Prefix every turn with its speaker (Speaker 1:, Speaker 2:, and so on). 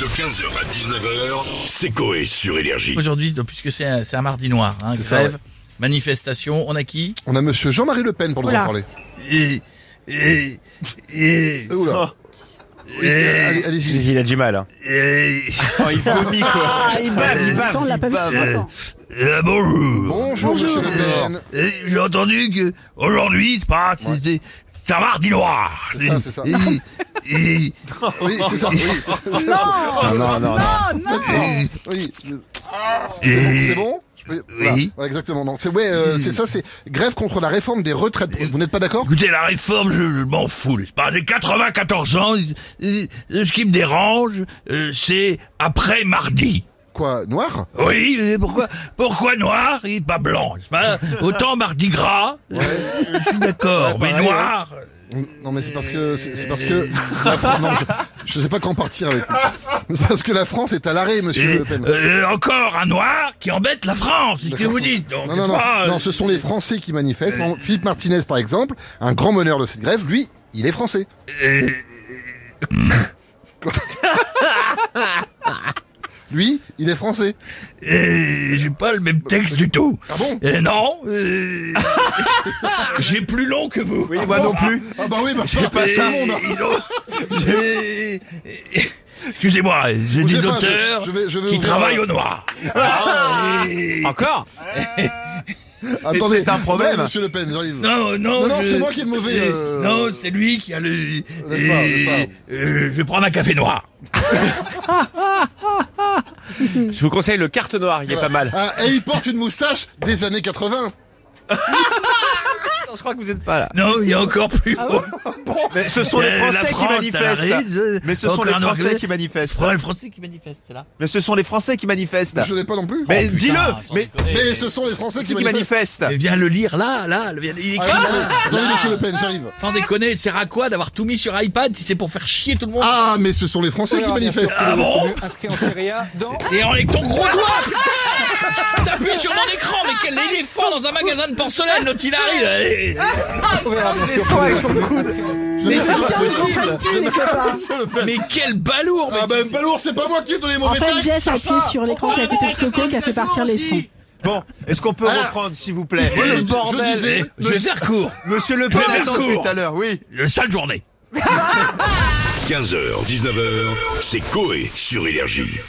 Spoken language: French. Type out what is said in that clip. Speaker 1: De 15h à 19h, c'est Coé sur Énergie.
Speaker 2: Oh,
Speaker 3: Aujourd'hui, donc, puisque c'est un, c'est un mardi noir, hein,
Speaker 4: C'est ça,
Speaker 3: grève, manifestation, on a qui
Speaker 4: On a monsieur Jean-Marie Le Pen pour nous en
Speaker 5: Oula.
Speaker 4: parler. Euh, Oula. Euh, allez- Allez-y.
Speaker 6: Mais il a du mal. hein.
Speaker 4: Ah,
Speaker 2: il bave, il bave.
Speaker 5: Attends, on l'a pas vu depuis longtemps.
Speaker 2: Euh, bonjour.
Speaker 4: Bonjour, monsieur Le
Speaker 2: Euh,
Speaker 4: Pen.
Speaker 2: euh, J'ai entendu que aujourd'hui, c'est pas, c'était, c'est un mardi noir.
Speaker 4: C'est ça, c'est ça.
Speaker 2: Et- et-
Speaker 4: Oui, c'est ça. Oui, c'est ça.
Speaker 6: Non, non, non.
Speaker 4: Oui, oui. C'est bon, c'est bon Je peux- voilà.
Speaker 2: Oui.
Speaker 4: Voilà, exactement. Non, c'est ouais, euh, c'est ça, c'est grève contre la réforme des retraites. Vous n'êtes pas d'accord
Speaker 2: écoutez, la réforme, je, je m'en fous. C'est pas, j'ai 94 ans. euh, euh, Ce qui me dérange, euh, c'est après mardi.
Speaker 4: Quoi, noir
Speaker 2: Oui, euh, pourquoi, pourquoi noir et pas blanc c'est pas- Autant mardi gras, euh, je suis d'accord,
Speaker 4: Ouais,
Speaker 2: mais
Speaker 4: pareil, hein.
Speaker 2: noir.
Speaker 4: Non, mais c'est parce que c'est c'est parce que la Fran- non, je, je sais pas quand partir avec. lui. C'est parce que la France est à l'arrêt, monsieur
Speaker 2: Et,
Speaker 4: Le Pen.
Speaker 2: euh, encore un noir qui embête la France, c'est ce que
Speaker 4: D'accord.
Speaker 2: vous dites. Donc,
Speaker 4: Non, non,
Speaker 2: c'est
Speaker 4: non.
Speaker 2: pas, euh,
Speaker 4: non, ce sont les Français qui manifestent. Non, Philippe Martinez, par exemple, un grand meneur de cette grève, lui, il est français. lui, il est français.
Speaker 2: euh, j'ai pas le même texte du tout.
Speaker 4: Ah bon
Speaker 2: Euh, non, euh, j'ai plus long que vous.
Speaker 6: Oui, moi non plus.
Speaker 4: Ah bah oui, bah c'est
Speaker 2: Et
Speaker 4: Monde.
Speaker 2: ils ont- j'ai- Excusez-moi, j'ai
Speaker 4: Bougez
Speaker 2: des
Speaker 4: pas, je-
Speaker 2: auteurs
Speaker 4: je vais- je vais
Speaker 2: qui
Speaker 4: ouvrir- euh,
Speaker 2: travaillent au noir.
Speaker 4: Ah.
Speaker 2: Ah, Et-
Speaker 6: Encore
Speaker 4: Attendez,
Speaker 6: c'est un problème.
Speaker 4: non, Monsieur Le Pen, j'arrive.
Speaker 2: Non, non,
Speaker 4: Non, non,
Speaker 2: je-
Speaker 4: c'est moi qui ai le mauvais,
Speaker 2: Eh,
Speaker 4: euh,
Speaker 2: Non, c'est lui qui a le.
Speaker 4: laisse voir, laisse voir.
Speaker 2: euh, je vais prendre un café noir.
Speaker 6: Je vous conseille le carte noire, il est pas mal.
Speaker 4: Ah, et il porte une moustache des années 80.
Speaker 6: je crois que vous n'êtes pas là.
Speaker 2: Non, il y a encore plus. haut.
Speaker 6: Mais ce sont Ah les
Speaker 2: Euh, la
Speaker 6: Français
Speaker 2: France,
Speaker 6: qui
Speaker 2: elle arrive, euh,
Speaker 6: manifestent. Mais ce sont
Speaker 2: encore
Speaker 6: les
Speaker 2: un noir
Speaker 6: Français
Speaker 2: que-
Speaker 6: qui manifestent.
Speaker 2: Ouais, le français qui manifeste, c'est là.
Speaker 6: Mais ce sont les Français qui manifestent.
Speaker 2: Oh,
Speaker 4: Je l'ai pas non plus.
Speaker 6: Mais
Speaker 3: putain,
Speaker 6: dis-le
Speaker 3: hein, sans
Speaker 6: Mais
Speaker 3: déconner.
Speaker 4: Ah, Mais ce sont les Français
Speaker 6: ceux
Speaker 4: qui
Speaker 6: qui
Speaker 4: manifestent.
Speaker 6: manifestent
Speaker 2: Mais viens le lire là, là. le- Il écrit.
Speaker 4: Ah, attendez, attendez, Monsieur Le Pen, j'arrive.
Speaker 3: Sans déconner, c'est à quoi d'avoir tout mis sur iPad si c'est pour faire chier tout le monde
Speaker 4: Ah, mais ce sont les Français qui manifestent.
Speaker 2: Ah bon
Speaker 7: inscrit en Serie A dans
Speaker 3: Et avec ton gros doigt, putain T'appuies sur mon écran, mais quel éléphant dans un magasin de porcelaine, l'autre il arrive Allez,
Speaker 4: Je l'ai
Speaker 3: c'est
Speaker 4: pas,
Speaker 3: pas
Speaker 4: monsieur.
Speaker 3: possible.
Speaker 4: Je l'ai pas, Monsieur Le Pen.
Speaker 3: Mais quel balourd mais
Speaker 4: Ah ben Balour, c'est pas moi qui ai donné les
Speaker 5: En
Speaker 4: mauvais
Speaker 5: fait,
Speaker 4: textes.
Speaker 5: Jeff a appuyé sur l'écran qui a pété le coco qui a fait partir les sons.
Speaker 6: Bon, est-ce qu'on peut
Speaker 4: Ah.
Speaker 6: reprendre, s'il vous plaît
Speaker 4: Oui,
Speaker 6: Le
Speaker 4: je disais-
Speaker 6: bordel
Speaker 2: Eh,
Speaker 3: Je vais faire court
Speaker 6: Monsieur Le Pen
Speaker 2: Je vais
Speaker 6: attend
Speaker 2: faire
Speaker 6: depuis
Speaker 2: court.
Speaker 6: tout à l'heure, oui.
Speaker 2: Le sale journée.
Speaker 1: 15h, 19h, c'est Coé sur Énergie.